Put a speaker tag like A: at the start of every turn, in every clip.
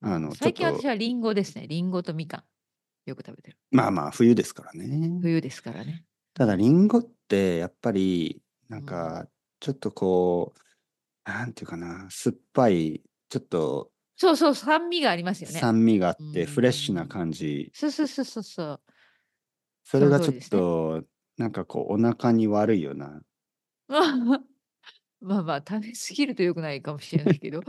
A: あの、
B: 最近
A: ちょっ
B: 私
A: と、
B: はリンゴですね。リンゴとみかん。よく食べてる。
A: まあまあ、冬ですからね。
B: 冬ですからね。
A: ただ、リンゴって、やっぱり、な
B: うんん
A: か、ちょっとこう、なんていうかな、酸っぱい、ちょっと
B: そうそう、酸味がありますよね。
A: 酸味があって、
B: うん
A: フレッシュな感じ。
B: そうそうそうそうそう。
A: それが
B: その
A: ち
B: 通
A: ょっ
B: りですね
A: と、なんかこう、お腹に悪いような。
B: まあまあ、食べ過ぎると良くないかもしれないけど。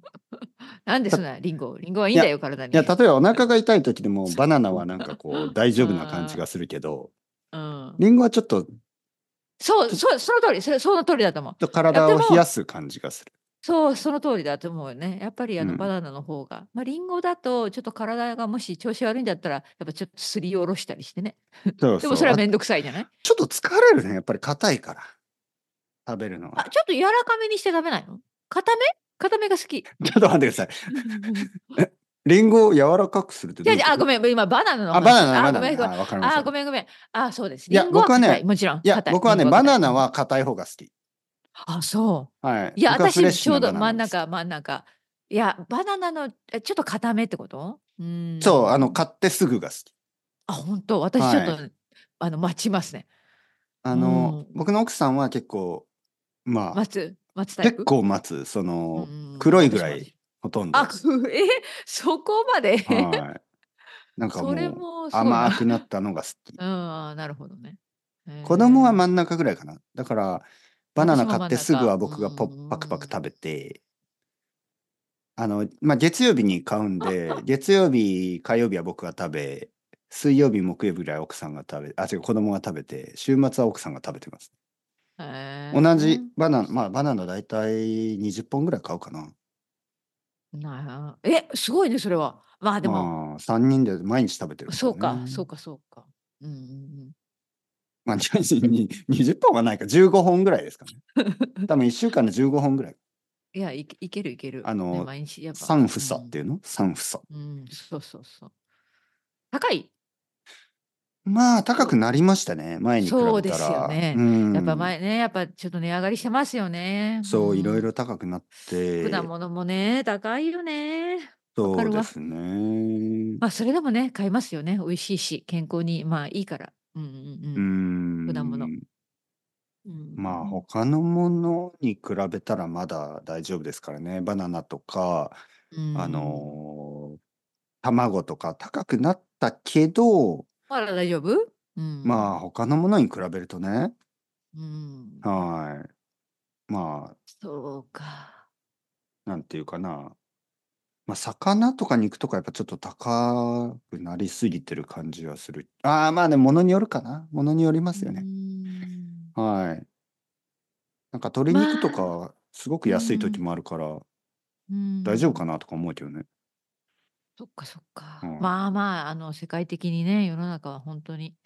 B: なんでそんな、リンゴ。リンゴはいいんだよ、体に。
A: いや、例えばお腹が痛い時でも、
B: そう
A: バナナはなん かこう、大丈夫な感じがするけど、
B: うん、
A: リンゴはちょっと、ちょ
B: そう、そう、その通り、それその通りだと思う
A: っ。と体を
B: でも
A: 冷やす感じがする。
B: そう、その通りだと思うよね。やっぱりあ
A: う
B: の
A: ん
B: バナナの方が。まあ、リンゴだと、ちょっと体がもし調子悪いんだったら、やっぱちょっとすりおろしたりしてね。
A: そう
B: で
A: そう。
B: もそれは
A: あ
B: めんどくさいじゃない
A: ちょっと疲れるね。やっぱり硬いから。食べるの
B: あ、
A: は。
B: ちょっと柔らかめにして食べないの固め固めが好 き。
A: ちょっと待ってください。リンゴを柔らかくするって
B: じ
A: ど
B: ゃ
A: う
B: あ
A: いうこ
B: じゃあ、
A: と
B: あ、ごめん、今バナナの話。
A: あ、バナナ、
B: あ
A: バ
B: ごめん、
A: ナ
B: ごめ
A: ナ。あ、
B: ん。
A: わかりまし
B: あ、
A: た。
B: ごめん、ごめん。あ、そうです。
A: いや
B: リンゴは
A: 僕はね
B: 硬いもちろん。
A: いや、
B: 硬
A: 僕はね、
B: リンゴ
A: バ
B: 硬い
A: ナナは硬い方が好き。
B: あ、そう。
A: はい。
B: いや、
A: 僕はフレッ
B: 私、
A: シ
B: ち
A: ュ
B: ょ
A: な
B: うど
A: バ
B: 真
A: ナ
B: ん
A: ナです
B: 中、真ん中。いや、バナナの、えちょっと固めってことうーん。
A: そう、あの、買ってすぐが好き。
B: あ、本当私
A: はい
B: ちょっと、あの、待ちますね。
A: あの、
B: うん
A: 僕の奥さんは結構、まあ、
B: 待つ、待つタイプ
A: 結構待つ、その、
B: うん
A: 黒いぐらい
B: 私も
A: ほとんど。
B: あ、
A: は
B: くえ、 そこまで
A: い。なんかも
B: そうれ、もすごいな
A: 甘くなったのが好き。
B: うん、あーなるほどね。
A: 子供は
B: えー
A: 真ん中ぐらいかな。だから、バナナ
B: 私も
A: 買ってすぐは僕がポ
B: 真ん
A: ッ
B: 中
A: パクパク食べて、あの、まあ、月曜日に買うん で、月曜日、火曜日は僕が食べ、水曜日、木曜日ぐらい奥さんが食べ、あ、違う、子供が食べて、週末は奥さんが食べてます。
B: えー
A: 同じバナナ、まあ、バナナ大体20本ぐらい買うかな。
B: なあえ、すごいね、それは。まあでも、
A: まあ、3人で毎日食べてる、
B: そうか、そう
A: か
B: か、そうか。うんうん
A: らね。まあ、に20本はないか、15本ぐらいですかね。
B: うん。
A: 多分1週間で15本ぐらい。
B: いや、いけいけるいける。
A: あの
B: ね毎日やっぱ。
A: 3房っていうの ?3 房。
B: うん、うん、そうそうそう。高い
A: まあ高くなりましたね前に比べたら
B: そうですよね
A: うん
B: やっぱ前ね、やっぱちょっと値上がりしてますよね。
A: そういろい
B: ろ。
A: ろ高くなって
B: 果物もね、高いよね。わ
A: そ
B: か
A: う
B: る
A: で
B: わ
A: すね
B: まあ、それでもね、買いますよね。美味しいし、健康に、まあいいから。うんうん
A: う
B: うん。
A: ん
B: 果物うん
A: まあ
B: うん
A: 他のものに比べたらまだ大丈夫ですからねバナナとか、
B: うん
A: あのー卵とか高くなったけど、
B: まだ大丈夫、うん、
A: まあ他のものに比べるとね
B: うん、
A: はいまあ
B: そうか。
A: なんていうかな、まあ、魚とか肉とかやっぱちょっと高くなりすぎてる感じはする。ああ、まあね、ものによるかな。ものによりますよ
B: う
A: ね。
B: ん
A: はい。なんか鶏肉と
B: ま
A: か、すごく安い時もあるから、大丈夫か
B: うん
A: なとか思うけどね。
B: そっかそっか。
A: うん
B: まあまあ、あの、世界的にね、世の中は本当に。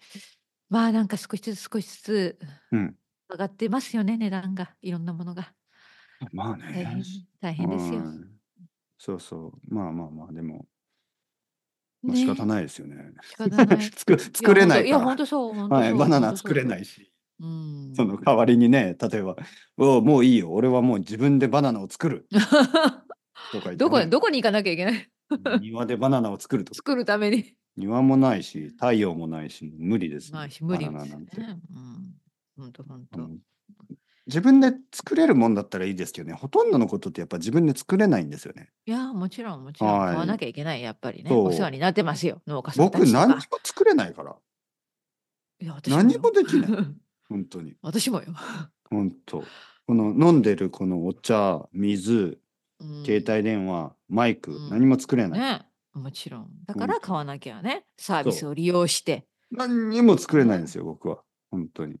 B: まあなんか少しずつ少しずつ
A: うん。
B: 上がってますよね、値段が。いろんなものが。
A: まあ
B: 大変
A: ね。、
B: 大変ですよ
A: う。んそうそう。まあまあまあ、でも、まあ、
B: ね
A: 仕方ないですよね。
B: 仕方ない
A: 作作れない
B: い
A: か
B: や、
A: ら
B: 本。当そう、本当
A: はい、バナナ作れない
B: い。
A: し。
B: うん。
A: その代わりにね、例えば、おうもういいよ、俺はもう自分でバナナを作るとか言ってね、
B: どこへ、どこに行かなきゃいけない
A: 庭でバナナを作るとか、
B: 作るために。
A: 庭もないし、太陽もないし、無理です、
B: まあ、無理
A: バナナ
B: です
A: な
B: よ
A: んて。
B: ね。うん。本当本
A: あ
B: 当。
A: の自分で作れるもんだったらいいですけどね、ほとんどのことってやっぱ自分で作れないんですよね。
B: いや、もちろん、もちろん、
A: は
B: 買わ
A: い
B: なきゃいけない、やっぱりね。
A: そう
B: お世話になってますよ、農家さんた
A: 僕、
B: ちとか。
A: 何にも作れないから、
B: いや、私
A: 何もできない
B: い。
A: 本当に。
B: 私もよ。
A: 本当。この飲んでるこのお茶、水、
B: うん
A: 携帯電話、マイク、
B: うん
A: 何も作れない。
B: ね。もちろん。だか
A: 本
B: ら
A: 当
B: 買わなきゃね。サービス
A: そう
B: を利用して。
A: 何にも作れないんですよ、僕は。本当に。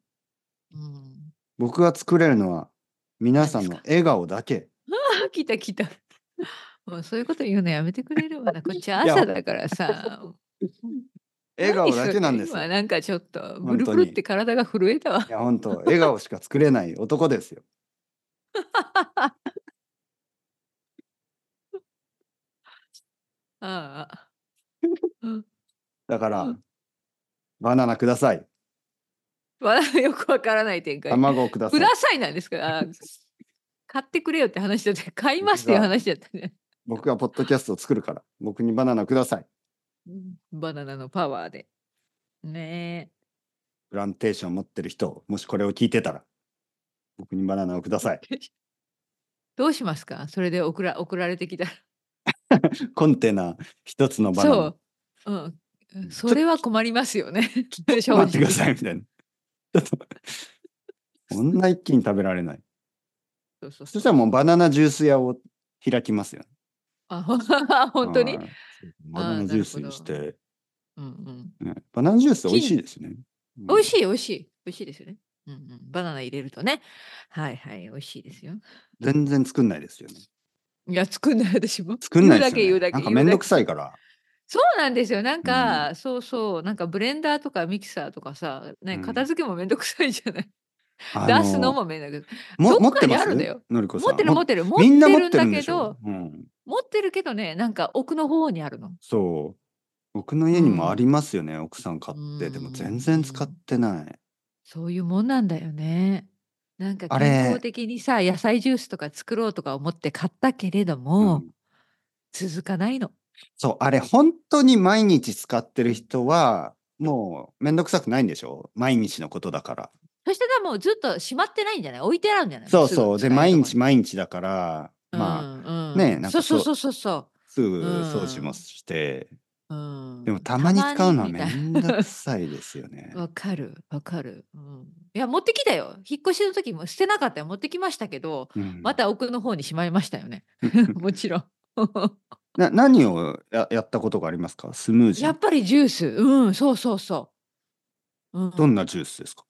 B: うん。
A: 僕が作れるのは皆さんの
B: 何です
A: 笑顔だけ。
B: あ、来た来た。 もうそういうこと言うのやめてくれる わな。こっち
A: いや
B: 朝だからさ。
A: 笑顔だけなんですよ。
B: まあ
A: い
B: なんかちょっと、
A: 当
B: ブ
A: に
B: ルブルって体が震えたわ。
A: や本当笑顔しか作れない男ですよ。
B: ああ。
A: だから、
B: うん
A: バナナください。
B: わよくわからない展開。
A: 卵をください
B: く。ださいなんですかあー買ってくれよって話だって、買いますっていう話だったね。
A: 僕がポッドキャストを作るから、僕にバナナください。
B: うんバナナのパワーで。ね
A: プランテーション持ってる人、もしこれを聞いてたら、僕にバナナをください。
B: え。どうしますかそれで送ら送られてきたら。
A: コンテナ一つのバナナ。
B: そう。うんうん。それは困りますよね。
A: 待
B: 正
A: ってく
B: 直
A: ださいみたいな。ちょっと、こんな一気に食べられない。
B: そうそうそ
A: そうしたらもうバナナジュース屋を開きますよ、ね。
B: あほん 本当に、
A: はいバナナジュースにして、
B: うんうん、
A: ねバナナジュース美味しいですよね。
B: 美味
A: い。
B: しい美味しい美味しいですよね、うんうん、バナナ入れるとねはいはい美味しいですよ
A: 全然作んないですよね。
B: いや作んない私も
A: 作んないですよ、ね。
B: 言うだけ言うだけ
A: なんか
B: 言うだ
A: め
B: け
A: んどくさいから。
B: そうなんですよなんか、そうそうなんかブレンダーとかミキサーとかさ、ね、
A: うん
B: 片付けもめんどくさいじゃない、
A: あ
B: 出すのもめんどくさい
A: も
B: ど
A: 持
B: っ
A: っ
B: か
A: て
B: に
A: ま
B: あ
A: す
B: るんだよ
A: のりこ
B: 持
A: さん。
B: ってる持ってる持って
A: みんな持
B: る
A: っ
B: ん
A: てる
B: だ
A: んで
B: け
A: しょ
B: ど、
A: うん、
B: 持ってるけどねなんか奥の方にあるの
A: そう。僕の家にもありますよね、奥さん買って。でも全然使ってない。
B: そういうもんなんだよねなんか
A: あれ
B: 健康的にさ野菜ジュースとか作ろうとか思って買ったけれども、
A: うん
B: 続かないの
A: そう、あれ、本当に毎日使ってる人は、もうめんどくさくないんでしょ毎日のことだから。
B: そしたらもうずっとしまってないんじゃない置いてあるんじゃない
A: そうそう。で、毎日
B: ま
A: 毎日だから、まあ、
B: あ
A: ねなんか
B: そうそうそ
A: そう
B: そうそ
A: すぐ掃除もして、
B: う、うん、
A: でもたまに使うのは
B: た
A: め
B: まにみ
A: んどくさいですよね
B: たい。わかるわかる、うん、いや持ってきたよ引っ越しの時も捨てなかったよ持ってきましたけど
A: うん
B: また奥の方にしまいましたよ ねもちろん
A: な何をややったことがありますかスムージ
B: やっ
A: ー。
B: ぱりジュースうんそうそうそう、うん、
A: どんなジュースですか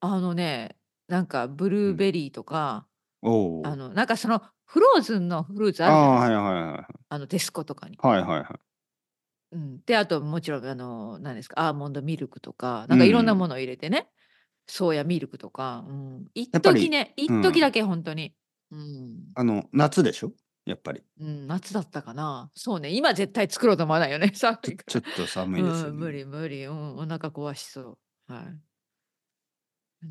B: あのねなんかブルーベリーとか、
A: おお。
B: あのなんかそのフローズンのフルーツあ
A: あ
B: るじゃ
A: あ、
B: な
A: はい
B: い
A: はいは
B: あのデスコとかに。
A: い。はいはいはい。
B: うん、であともちろんあの何ですかアーモンドミルクとかなんかいろんな
A: うん
B: ものを入れてね、ソーヤミルクとか、うん、一
A: やっぱり
B: 時ね一
A: うん
B: 時だけ本当に、うん
A: あの、夏でしょやっぱり。
B: うん、夏だったかなそうね今絶対作ろうと思わないよねさっ
A: ちょ
B: き
A: ちょっと寒いですよ、ね
B: うん、無理無理、うん、お腹壊しそうはい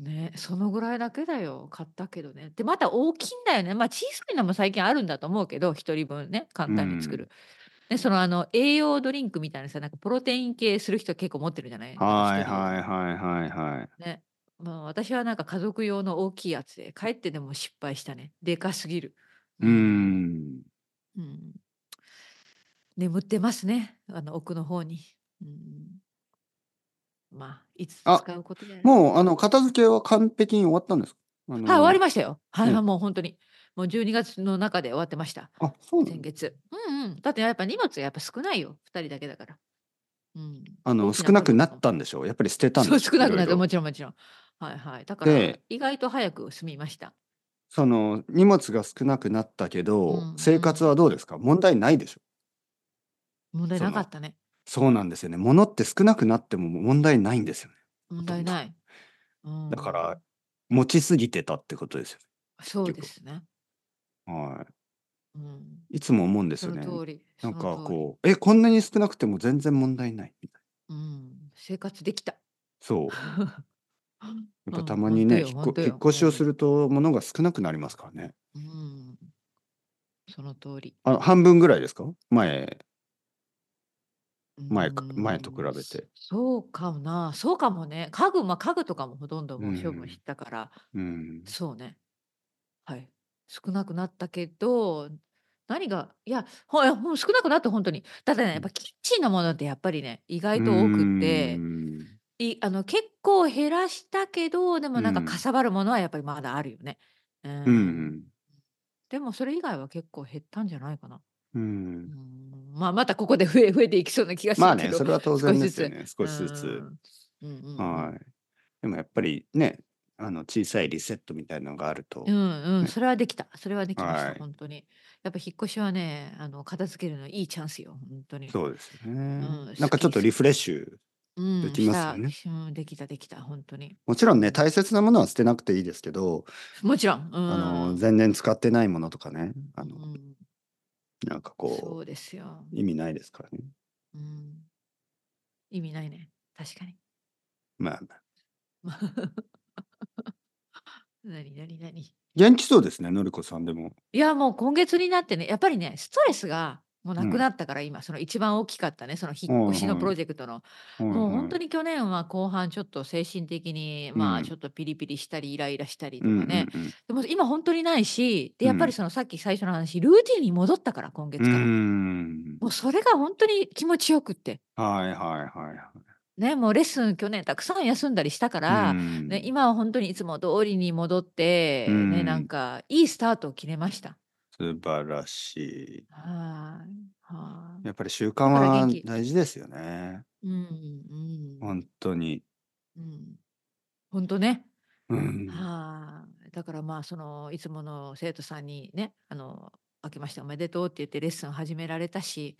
B: ねそのぐらいだけだよ買ったけどねでまた大きいんだよねまあ小さいのも最近あるんだと思うけど一人分ね簡単に作る、でそのあの栄養ドリンクみたいなさなんかプロテイン系する人結構持ってるじゃな
A: はい
B: いなんか一人
A: はい
B: 用
A: はいはいはい。
B: ねまあ、私はなんか家族用の大きいやつで帰ってでも失敗したねでかすぎる
A: うーん。
B: うん眠ってますね、あの奥の方に。うん、まあ、いつ
A: あ
B: 使うことで。う、
A: もう、あの、片付けは完璧に終わったんですかあの
B: はい、終わりましたよ。はい、
A: うん
B: もう本当に。もう12月の中で終わってました、
A: あ、そうな
B: 先
A: の
B: 月。うんうん。だってやっぱ荷物がやっぱ少ないよ、2人だけだから。うん。
A: あの、
B: 大き
A: 少なくな
B: 荷物も
A: ったんでしょうやっぱり捨てたん
B: そ
A: で
B: う、
A: しょ
B: 少なくな
A: いろ
B: った、
A: いろ
B: もちろんもちろん。はいはい。だから
A: で、
B: 意外と早く済みました。
A: その、荷物が少なくなったけど、
B: うん
A: 生活はどうですか問題ないでしょ
B: 問題
A: そ
B: な
A: の
B: かったね。
A: そうなんですよね。物って少なくなっても問題ないんですよね。
B: 問題ない。うん
A: だから、持ちすぎてたってことですよ
B: そう
A: 結
B: で
A: 構
B: すね。
A: ね。は
B: うん。
A: い。いつも思うんです
B: そ
A: よ
B: の
A: ね。
B: 通り。
A: なん
B: そ
A: か
B: の通り
A: こう、え、こんなに少なくても全然問題ないみたいな。
B: うん、生活できた。
A: そう。やっぱたま
B: うん
A: にね、
B: 本当よ
A: 引っ
B: 本当
A: こ
B: よ
A: 引っ越しをすると物が少なくなりますからね。
B: うん、その通り。
A: あの半分ぐらいですか前。前
B: う
A: か
B: ん
A: 前と比べて。
B: そうかもな、そうかもね。家具、まあ、家具とかもほとんどもう処
A: うん
B: 分したから、
A: うん。
B: そうね。はい。少なくなったけど、何が、いや、ほほん少なくなった、本当に。ただね、やっぱキッチンのものってやっぱりね、意外と多くて
A: う、ん
B: いあの結構減らしたけど、でもなんか
A: うん
B: かさばるものはやっぱりまだあるよね。う
A: うんん。
B: でもそれ以外は結構減ったんじゃないかな。
A: う。
B: うん んまあまたここで増え増えていきそうな気がする
A: まあ
B: け
A: ね、
B: ど。
A: それは当然ですよね。少
B: 少
A: しずつ。。
B: うんうんうん
A: はい。でもやっぱりね、あの小さいリセットみたいなのがあると
B: う。んうん、それはできた。それはできまし
A: は
B: た。
A: い
B: 本当に。やっぱ引っ越しはね、あの片付けるのいいチャンスよ。本当に。
A: そうですよ
B: う
A: ね
B: ん。
A: なんかちょっとリフレッシュ。
B: うん
A: できますよね
B: したうんできたできた。本当に。
A: もちろんね、大切なものは捨てなくていいですけど、
B: もちろん。
A: あの、
B: うん
A: 全然使ってないものとかね、あの、
B: うん
A: なんか
B: そ
A: こ
B: うですよ。
A: う、意味ないですからね。
B: うん意味ないね。確かに。
A: まあ、
B: 何何何
A: 元気そうですね、のりこさんでも。
B: いやもう今月になってねやっぱりねストレスがもうな
A: う
B: く
A: ん
B: なったから今、その一番大きかったねその
A: う
B: 引
A: ん
B: っ
A: うん
B: 越しのプロジェクトの、
A: うん
B: もう本当
A: に
B: に去年は後半ちょっと精神的に、ま
A: う
B: あ
A: ん
B: ちょっとピリピリしたりイライラしたりと
A: う
B: か
A: ん
B: ね、でも今本当にないしでやっぱ
A: うん
B: りそのさっき最初の話ルーティンに戻ったから今月
A: うんう
B: から、
A: ん。
B: もうそれが本当に気持ちよくって
A: うん。はいはいはい
B: ねもうレッスン去年たくさん休んだりしたか
A: はい。う
B: ら、
A: ん
B: ね、今は本当にいつも通りに戻って、
A: う
B: ね
A: ん
B: なんかいいスタートを切れました。
A: 素晴らしい。
B: はーいはーい
A: やっぱり習慣
B: だから
A: は
B: 元気
A: 大事ですよね。
B: うんうん
A: 本当に。
B: うん本当ね。
A: うん。
B: はあ、だからまあそのいつもの生徒さんにねあの明けましておめでとうって言ってレッスン始められたし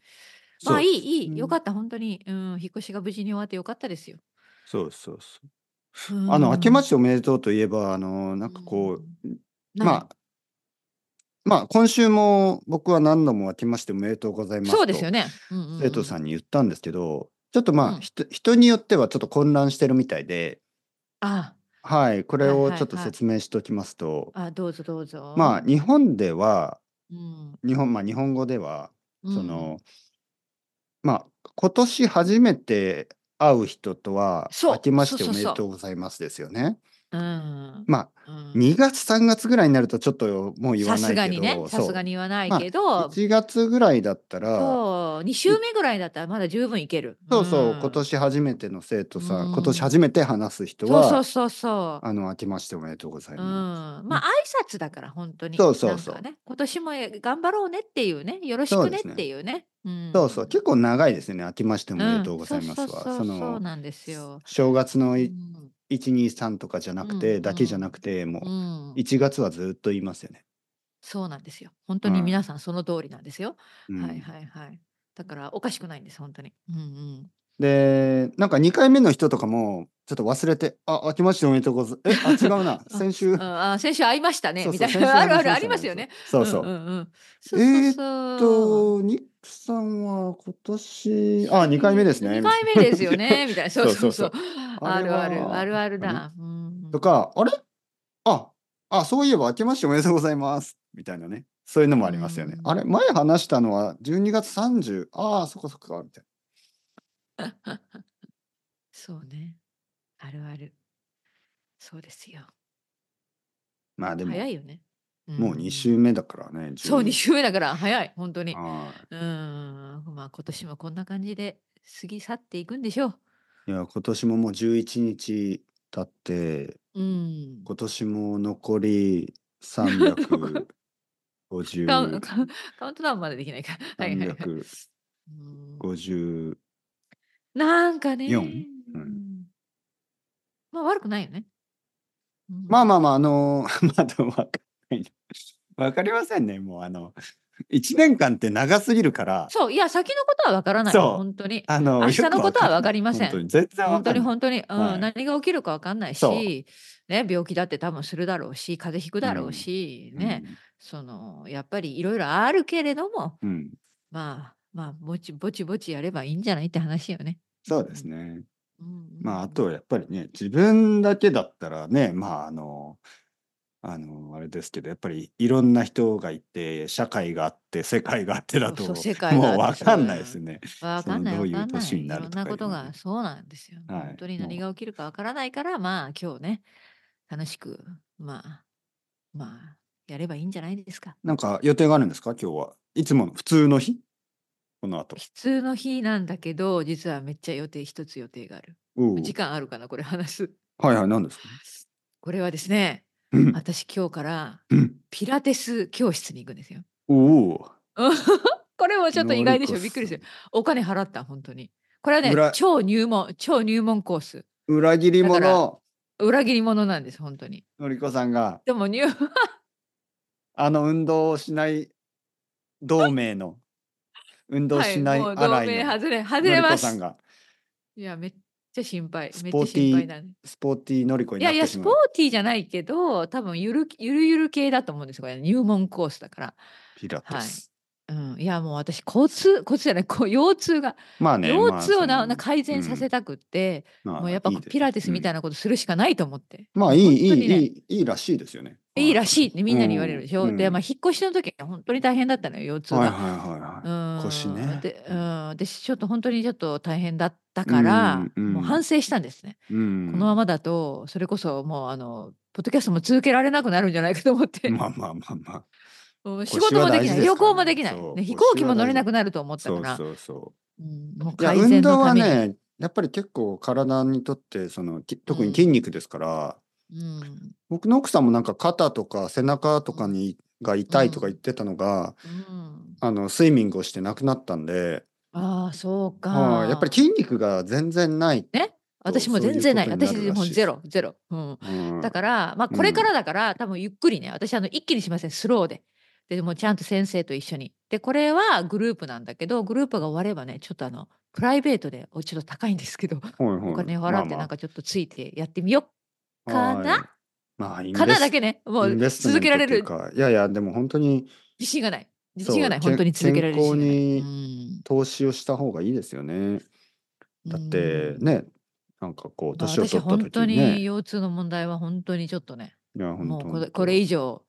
B: ま
A: そ
B: あ
A: う
B: いいい
A: うん
B: いよかった本当に、うん、引っ越しが無事に終わってよかったですよ。
A: そうそうそう。あの、明けまして
B: て
A: おめでとうといえば、あの、なんかこう、ま
B: あ
A: あ、まあ、今週も僕は何度も明けましておめでとうございますと。
B: そうですよね。うんうんうん
A: 生徒さんに言ったんですけど、ちょっとまあ、
B: うん
A: ひと人によってはちょっと混乱してるみたいで、
B: あ
A: はい、これ
B: はい
A: を
B: はい
A: ちょっと
B: はい
A: 説明しておきますと、
B: あどうぞどうぞ。
A: まあ、日本では、
B: うん
A: 日本、まあ、日本語では、
B: うん
A: その、まあ、今年初めて会う人とは、
B: そう
A: 明けまして
B: そ
A: お
B: う
A: め
B: そう
A: で
B: そう
A: とうございますですよね。
B: うん
A: まあ、
B: うん
A: 2月、3月ぐらいになるとちょっともう言わ
B: さ
A: ない
B: す
A: けど、
B: がにねさすがに言わないけど、
A: そう1月ぐらいだったら、
B: そう2週目ぐらいだったらまだ十分いける。
A: そうそう、
B: ん
A: 今年初めての生徒さん、
B: うん
A: 今年初めて話す人
B: そう
A: は、
B: そうそうそう。
A: あの、明けましておめでとうござい
B: うん、
A: ま
B: ま
A: ん
B: あ挨拶だから本当に
A: そうそうそう
B: なんかね、今年も頑張ろうねっていうねよろし
A: そう
B: く
A: で
B: ね
A: すね
B: っていうねうん、
A: す。そうそう、結構長いですよね。明けましてお
B: 構
A: めでとうございます
B: そうそうそう
A: は。
B: そ
A: そう
B: そう
A: の、
B: なんですよ、
A: 正月の
B: う
A: い
B: ん
A: 123とかじゃなく
B: う
A: て、
B: ん
A: だけじゃなくて、
B: う
A: も
B: ん
A: う1月はずっと言いますよね。
B: そうなんですよ本当に
A: うん
B: 皆さんその通りなんですよ、
A: うん
B: はいはいはいだからおかしくないんです本当にうんうん
A: で、なんか2回目の人とかも、ちょっと忘れて、あ、明けましておめでとうございます。え、 あ、違うな。先週。
B: ああ先週会いましたね
A: そう
B: み
A: そ
B: た
A: う
B: い
A: 先週
B: なあるあるあ
A: 話し
B: り
A: ま
B: ま
A: し
B: す
A: た
B: よ
A: ね
B: ね
A: そうそうう。
B: んうんうんそう
A: え
B: そう
A: ー
B: そう
A: えっと、ニックさんは今年、あ、2回目ですね。
B: 2回目ですよ ね、みたいな。そう
A: そ
B: そうう
A: そ
B: そうう。
A: あ
B: あ
A: れ
B: る
A: は
B: ある、あるある
A: あれ
B: だ。うん
A: と、か、あれあ、あ、そういえば明けましておめでとうございます。みたいなね。そういうのもありますよね。
B: うん
A: あれ前話したのは12月30。ああ、そっかそっか。みたい
B: そうね。あるある。そうですよ。
A: な。まあでも、
B: 早いよね。
A: もう2週
B: 目。
A: 目だからね。
B: そう、2
A: 12
B: 週目だから早い、本当に。
A: は
B: うん。まあ今年もこんな感じで過ぎ去っていくんでしょう。
A: い。いや、今年ももう11日経って、
B: うん。
A: 今年も残り350。
B: カウンカウンカウントダウンまでできないから。はいはいはい。
A: 350
B: うんなんかね。
A: 四うん
B: うんまあ悪くないよね。うん
A: まあまあまあ、あの ーまだわかんないな。わかりませんね。もうあの、1年間って長すぎるから、
B: そう、いや、先のことは分からない。
A: そう
B: 本当に。
A: あの、
B: 明日
A: よく
B: のことは
A: わ
B: わかりません
A: 本当に全然わ
B: 本
A: かん
B: 当
A: な
B: に
A: い
B: 本当に、うん
A: はい
B: 何が起きるか分かんない
A: そう
B: し、ね、病気だって多分するだろうし、風邪ひくだろうし、ね、その、やっぱりいろいろあるけれども、
A: うん。うん
B: まあ、まあ、ぼちぼちぼちやればいいんじゃないって話よね。
A: そうですね。
B: うんうん
A: まあ、あとはやっぱりね、自分だけだったらね、まあ、あの、あの、あれですけど、やっぱりいろんな人がいて、社会があって、世界があってだと、
B: そ
A: も
B: う
A: う
B: そう世界があって
A: わかんないですね。
B: わかんない
A: そのどう
B: わ
A: いう
B: かんない。
A: 年に
B: い
A: なる
B: ろんな
A: とかい
B: こ
A: うの
B: と
A: は
B: がそうなんですよ。
A: はい
B: 本当に
A: もう
B: 何が起きるかわからないから、まあ今日ね、楽しく、まあ、まあ、やればいいんじゃないですか。
A: なんか予定があるんですか今日は。いつもの普通の日この後。
B: 普通の日なんだけど、実はめっちゃ予定、一つ予定がある。
A: おう
B: 時間あるかな、これ話す。
A: はいはい、何ですか
B: これはですね、
A: うん
B: 私今日から
A: うん
B: ピラティス教室に行くんですよ。
A: おお。
B: これもちょっと意外でしょ、
A: のりこさん
B: びっくりする。お金払った、本当に。これはね
A: 裏、
B: 超入門、超入門コース。
A: 裏切り
B: だから
A: 者、
B: 裏切り者なんです、本当に。
A: のりこさんが、
B: でも入、
A: あの運動をしない同盟 の、運動しない
B: もう
A: 洗
B: 同
A: い
B: 盟
A: の、
B: 外れ、外
A: の
B: れ
A: りこ
B: ま
A: さん
B: す。
A: が、
B: いや、めっちゃ心配。
A: ス
B: めっ
A: ポー
B: ちゃ
A: ティー
B: 心配なんで
A: スポーティーのりこ
B: い
A: になっ
B: やいや、
A: てし
B: ス
A: ま
B: ポ
A: う
B: ー。ティーじゃないけど、多分ゆるゆるゆる系だと思うんですよ、これ入門コースだから。
A: ピラティ
B: はい
A: ス。
B: ううん、いやもう私交通 交通じゃないこう腰痛が、
A: まあね。
B: 腰痛を
A: まあ
B: な
A: その
B: な改善させたくって、
A: まあ
B: もうやっぱ
A: いい
B: こう
A: で
B: ピラティスみたいなことするしかないと思って、
A: まあいい、い
B: 本当
A: い、
B: にね
A: いい、いいらしいですよね。
B: いいら
A: し
B: しいってみんなに言われるでしょ、
A: うん
B: でまあ引っ越しの時は本当に大変だったのよ腰痛が、
A: はいはいはいはい。
B: うん
A: 腰ね
B: で、うん、でちょっと本当にちょっと大変だったから、
A: うんうん
B: もう反省したんですね。
A: うん。
B: このままだと、それこそもうあの、ポッドキャストも続けられなくなるんじゃないかと思って、
A: まあまあまあまあ。
B: もう仕
A: 腰
B: 事
A: は
B: もでき
A: 大事
B: ない、
A: ですから
B: 旅
A: ね
B: 行もできない、
A: そう
B: ね飛行
A: 腰は大
B: 機も
A: 事
B: 乗れなくなると思った
A: そ
B: か
A: う
B: ら、
A: そうそ
B: うんもう
A: う。いや、
B: 改
A: 運
B: 善
A: 動
B: の
A: は
B: ために。
A: ね、やっぱり結構体にとって、その、き特
B: う
A: に
B: ん
A: 筋肉ですから、
B: うん
A: 僕の奥さんもなんか肩とか背中とかに、が痛いとか言ってたのが、
B: うん
A: あの、スイミングをしてなくなったんで、
B: ああ、そうか。
A: はいやっぱり筋肉が全然ない。
B: 私も
A: そう
B: 全然ない。
A: そういうことにな
B: 私
A: るらしい
B: もう
A: です
B: ゼロ、ゼロ。うん
A: うん
B: だから、まあ、これからだから、多分ゆっくりね、私、あの、一気にしません、スローで。で、もうちゃんと先生と一緒に。で、これはグループなんだけど、グループが終わればね、ちょっとあの、プライベートで、おちょっと高いんですけど、
A: はいはい
B: お金
A: ま
B: 払
A: あ
B: って、
A: まあ
B: なんかちょっとついてやってみよっかな
A: はいまあ、インベ
B: かなだ
A: ス
B: けね、も
A: イン
B: う
A: ベストメン
B: 続けられ
A: トという
B: る
A: かいやいや、でも本当に
B: 自信がない。自
A: そう
B: 信がない、
A: 健
B: 本当に続けられる自信がない
A: 健康投資をした方がいいですよね。
B: うん
A: だって
B: うん
A: ね、なんかこう、
B: まあ
A: 年を取
B: 私、
A: った
B: 本
A: 時
B: 当
A: にね。
B: に腰痛の問題は本当にちょっとね、
A: いや、本
B: もう
A: 当
B: これ
A: 本当
B: これ以上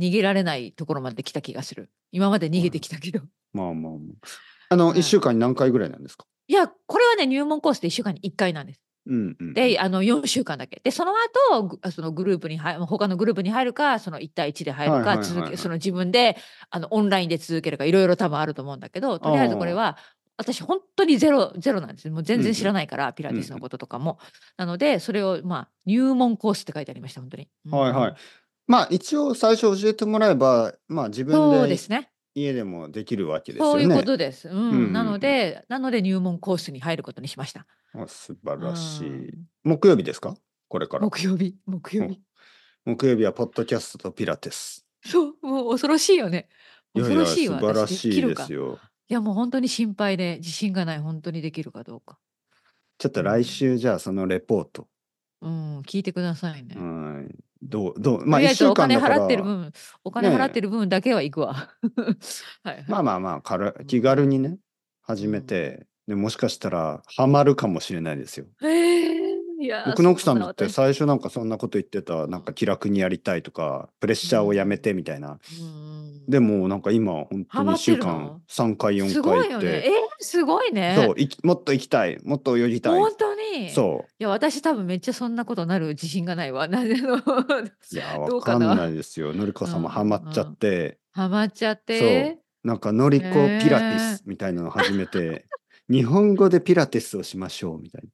B: 逃げられないところまで来た気がする。今まで逃げてきたけど。
A: まあまあまあ。あの、
B: はい
A: 1週間に何回ぐらいなんですか
B: いや、これはね、入門コースで1週間に1回なんです。
A: うんうん。
B: で、あの4週間だけ。で、その後、ぐあそのグループに入、他のグループに入るか、その1対1で入る
A: はいはい
B: か、
A: はいはい
B: 続け、その自分で、あの、オンラインで続けるか、いろいろ多分あると思うんだけど、とりあえずこれは、私、本当にゼロ、ゼロなんですよ。もう全然知らないから、ピラティスのこととかも。なので、それを、まあ、入門コースって書いてありました、本当に。うん
A: はいはい。まあ一応最初教えてもらえば、まあ自
B: そ
A: 分
B: う
A: で
B: ですね。
A: 家でもできるわけです
B: そ
A: よ
B: う
A: ね。
B: いうことです。うん。
A: うん
B: な
A: うんう
B: の
A: ん
B: で、なので入門コースに入ることにしました。
A: あ素晴らし
B: う
A: い。
B: ん
A: 木曜日ですかこれから。
B: 木曜日、木曜日。
A: 木曜日はポッドキャストとピラティス。
B: そう、もう恐ろしいよね。
A: いやいや、
B: 恐ろ
A: 素
B: しいわ。
A: 晴ら
B: 私
A: し
B: き
A: い
B: る
A: で
B: か
A: すよ。
B: いや、もう本当に心配で、自信がない、本当にできるかどうか。
A: ちょっと来週じゃあそのレポート。
B: うん、聞いてくださいね。
A: はい。どう、どう、ま
B: と
A: あ
B: り
A: 一
B: あえず
A: 週
B: お
A: 間
B: 金
A: だから。
B: 払ってる分、お金
A: ねえ
B: 払ってる分だけは行くわ。 はいはい。
A: まあまあまあ軽
B: う、ん
A: 気軽にね、始めて、でもしかしたらハマるかもしれないですよ。
B: えーいやー、
A: 僕の奥さん
B: そ
A: だ
B: な
A: って
B: 私
A: 最初なんかそんなこと言ってた、なんか気楽にやりたいとか、プレッシャーをやめてみたいな。
B: うん
A: でもなんか今本当
B: ハ
A: に
B: マ
A: 1
B: って
A: 週
B: るの
A: 間3回
B: す
A: 4
B: ごい
A: 回行
B: よ
A: っ
B: ね。え
A: て、
B: ーすごいね。
A: そう、いきもっと行きたい、もっと泳ぎたい。
B: 本当に。
A: そ
B: いや、私多分めっちゃそんなことなる自信がないわ。 なぜの
A: う。いや、
B: ど
A: わ
B: う
A: か
B: か
A: ん
B: な
A: ないですよ。のりこさんもハマっちゃって、
B: ハマっちゃって。
A: なんかのりこピラティスみたいなの始めて、日本語でピラティスをしましょうみたいな。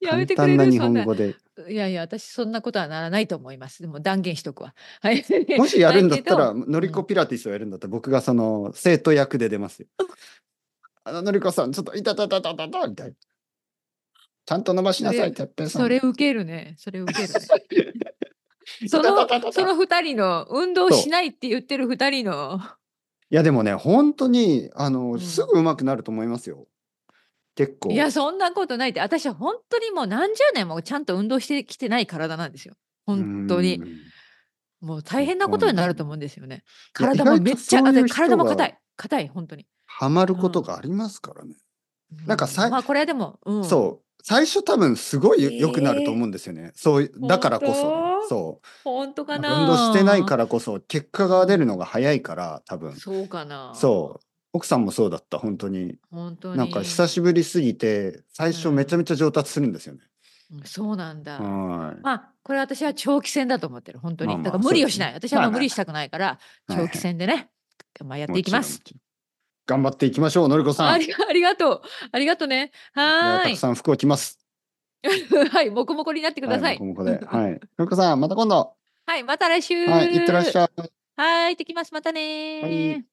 B: やめてく
A: 簡単
B: れ
A: な
B: る
A: 日
B: そ
A: 本
B: んな。
A: 語で。
B: いやいや、私そんなことはならないと思います。でも断言しとくわ。はい。
A: もしやるんだったら、
B: けど
A: のりこピラティスをやるんだったら、僕がその生徒役で出ますよ。 あののりこさん、ちょっといたたたたたたみたいな。ちゃんと伸ばしなさい、
B: それ
A: てっぺんさん。
B: それ受けるね。それ受けるね。 そ
A: いたたたた
B: の、
A: た
B: その二人の、運動
A: そう
B: しないって言ってる二人の。
A: いや、でもね、本当に、あ
B: う
A: の、
B: ん
A: すぐ上手くなると思いますよ。結構。
B: いや、そんなことないって。私は本当にもう何十年もちゃんと運動してきてない体なんですよ。本当に
A: う。ん
B: もう大変なことになると思うんですよね。
A: いや
B: 体もめっちゃ、
A: 意外とそういう
B: あ
A: 人が
B: 体も硬い。硬い、本当に。
A: ハマることがありますからね。なんかさい
B: まあこれはでも、うん、
A: そう。最初多分すご
B: え
A: い
B: ー
A: 良くなると思うんですよね。そういう、だからこそ。
B: 本当
A: そ
B: 本当
A: う。な
B: か
A: ん
B: な
A: か運動してないかららこそ、結果が出るのが早いから、多分。
B: そうかな
A: そう。奥さんもそうだった、本当に。
B: う本当に
A: なんか久しぶりすぎて、最初めちゃめちゃ上達するんですよね。
B: うんそうなんだ、
A: はい。
B: まあこれ私は長期戦だと思ってる本当
A: ま
B: に、
A: あまあ
B: だから無理をしない、
A: そうです
B: 私
A: ね
B: はも
A: まあ
B: う
A: まあ
B: 無理したくないから、
A: はいはい
B: 長期戦でね、まあ、やっていきます
A: もちろん。頑張っていきましょう、のりこさ
B: あ
A: ん。い
B: りありがとうありがとうね
A: や
B: は
A: たく
B: ーい
A: さん服を着ます。
B: はいもこもこになってください
A: はい、もこもこで。はい。のりこさん、また今度。
B: はいまた来週
A: はい、いってらっしゃい。
B: はい行ってきますまたねー
A: はい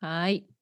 B: はい